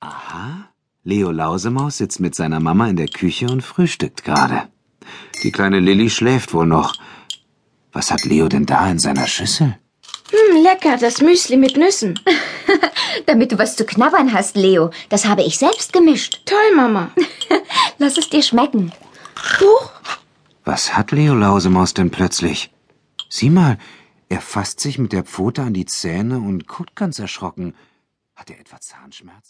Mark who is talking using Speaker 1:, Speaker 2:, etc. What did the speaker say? Speaker 1: Aha, Leo Lausemaus sitzt mit seiner Mama in der Küche und frühstückt gerade. Die kleine Lilli schläft wohl noch. Was hat Leo denn da in seiner Schüssel?
Speaker 2: Hm, lecker, das Müsli mit Nüssen.
Speaker 3: Damit du was zu knabbern hast, Leo. Das habe ich selbst gemischt.
Speaker 2: Toll, Mama.
Speaker 3: Lass es dir schmecken.
Speaker 2: Huch,
Speaker 1: Was hat Leo Lausemaus denn plötzlich? Sieh mal, er fasst sich mit der Pfote an die Zähne und guckt ganz erschrocken. Hat er etwa Zahnschmerzen?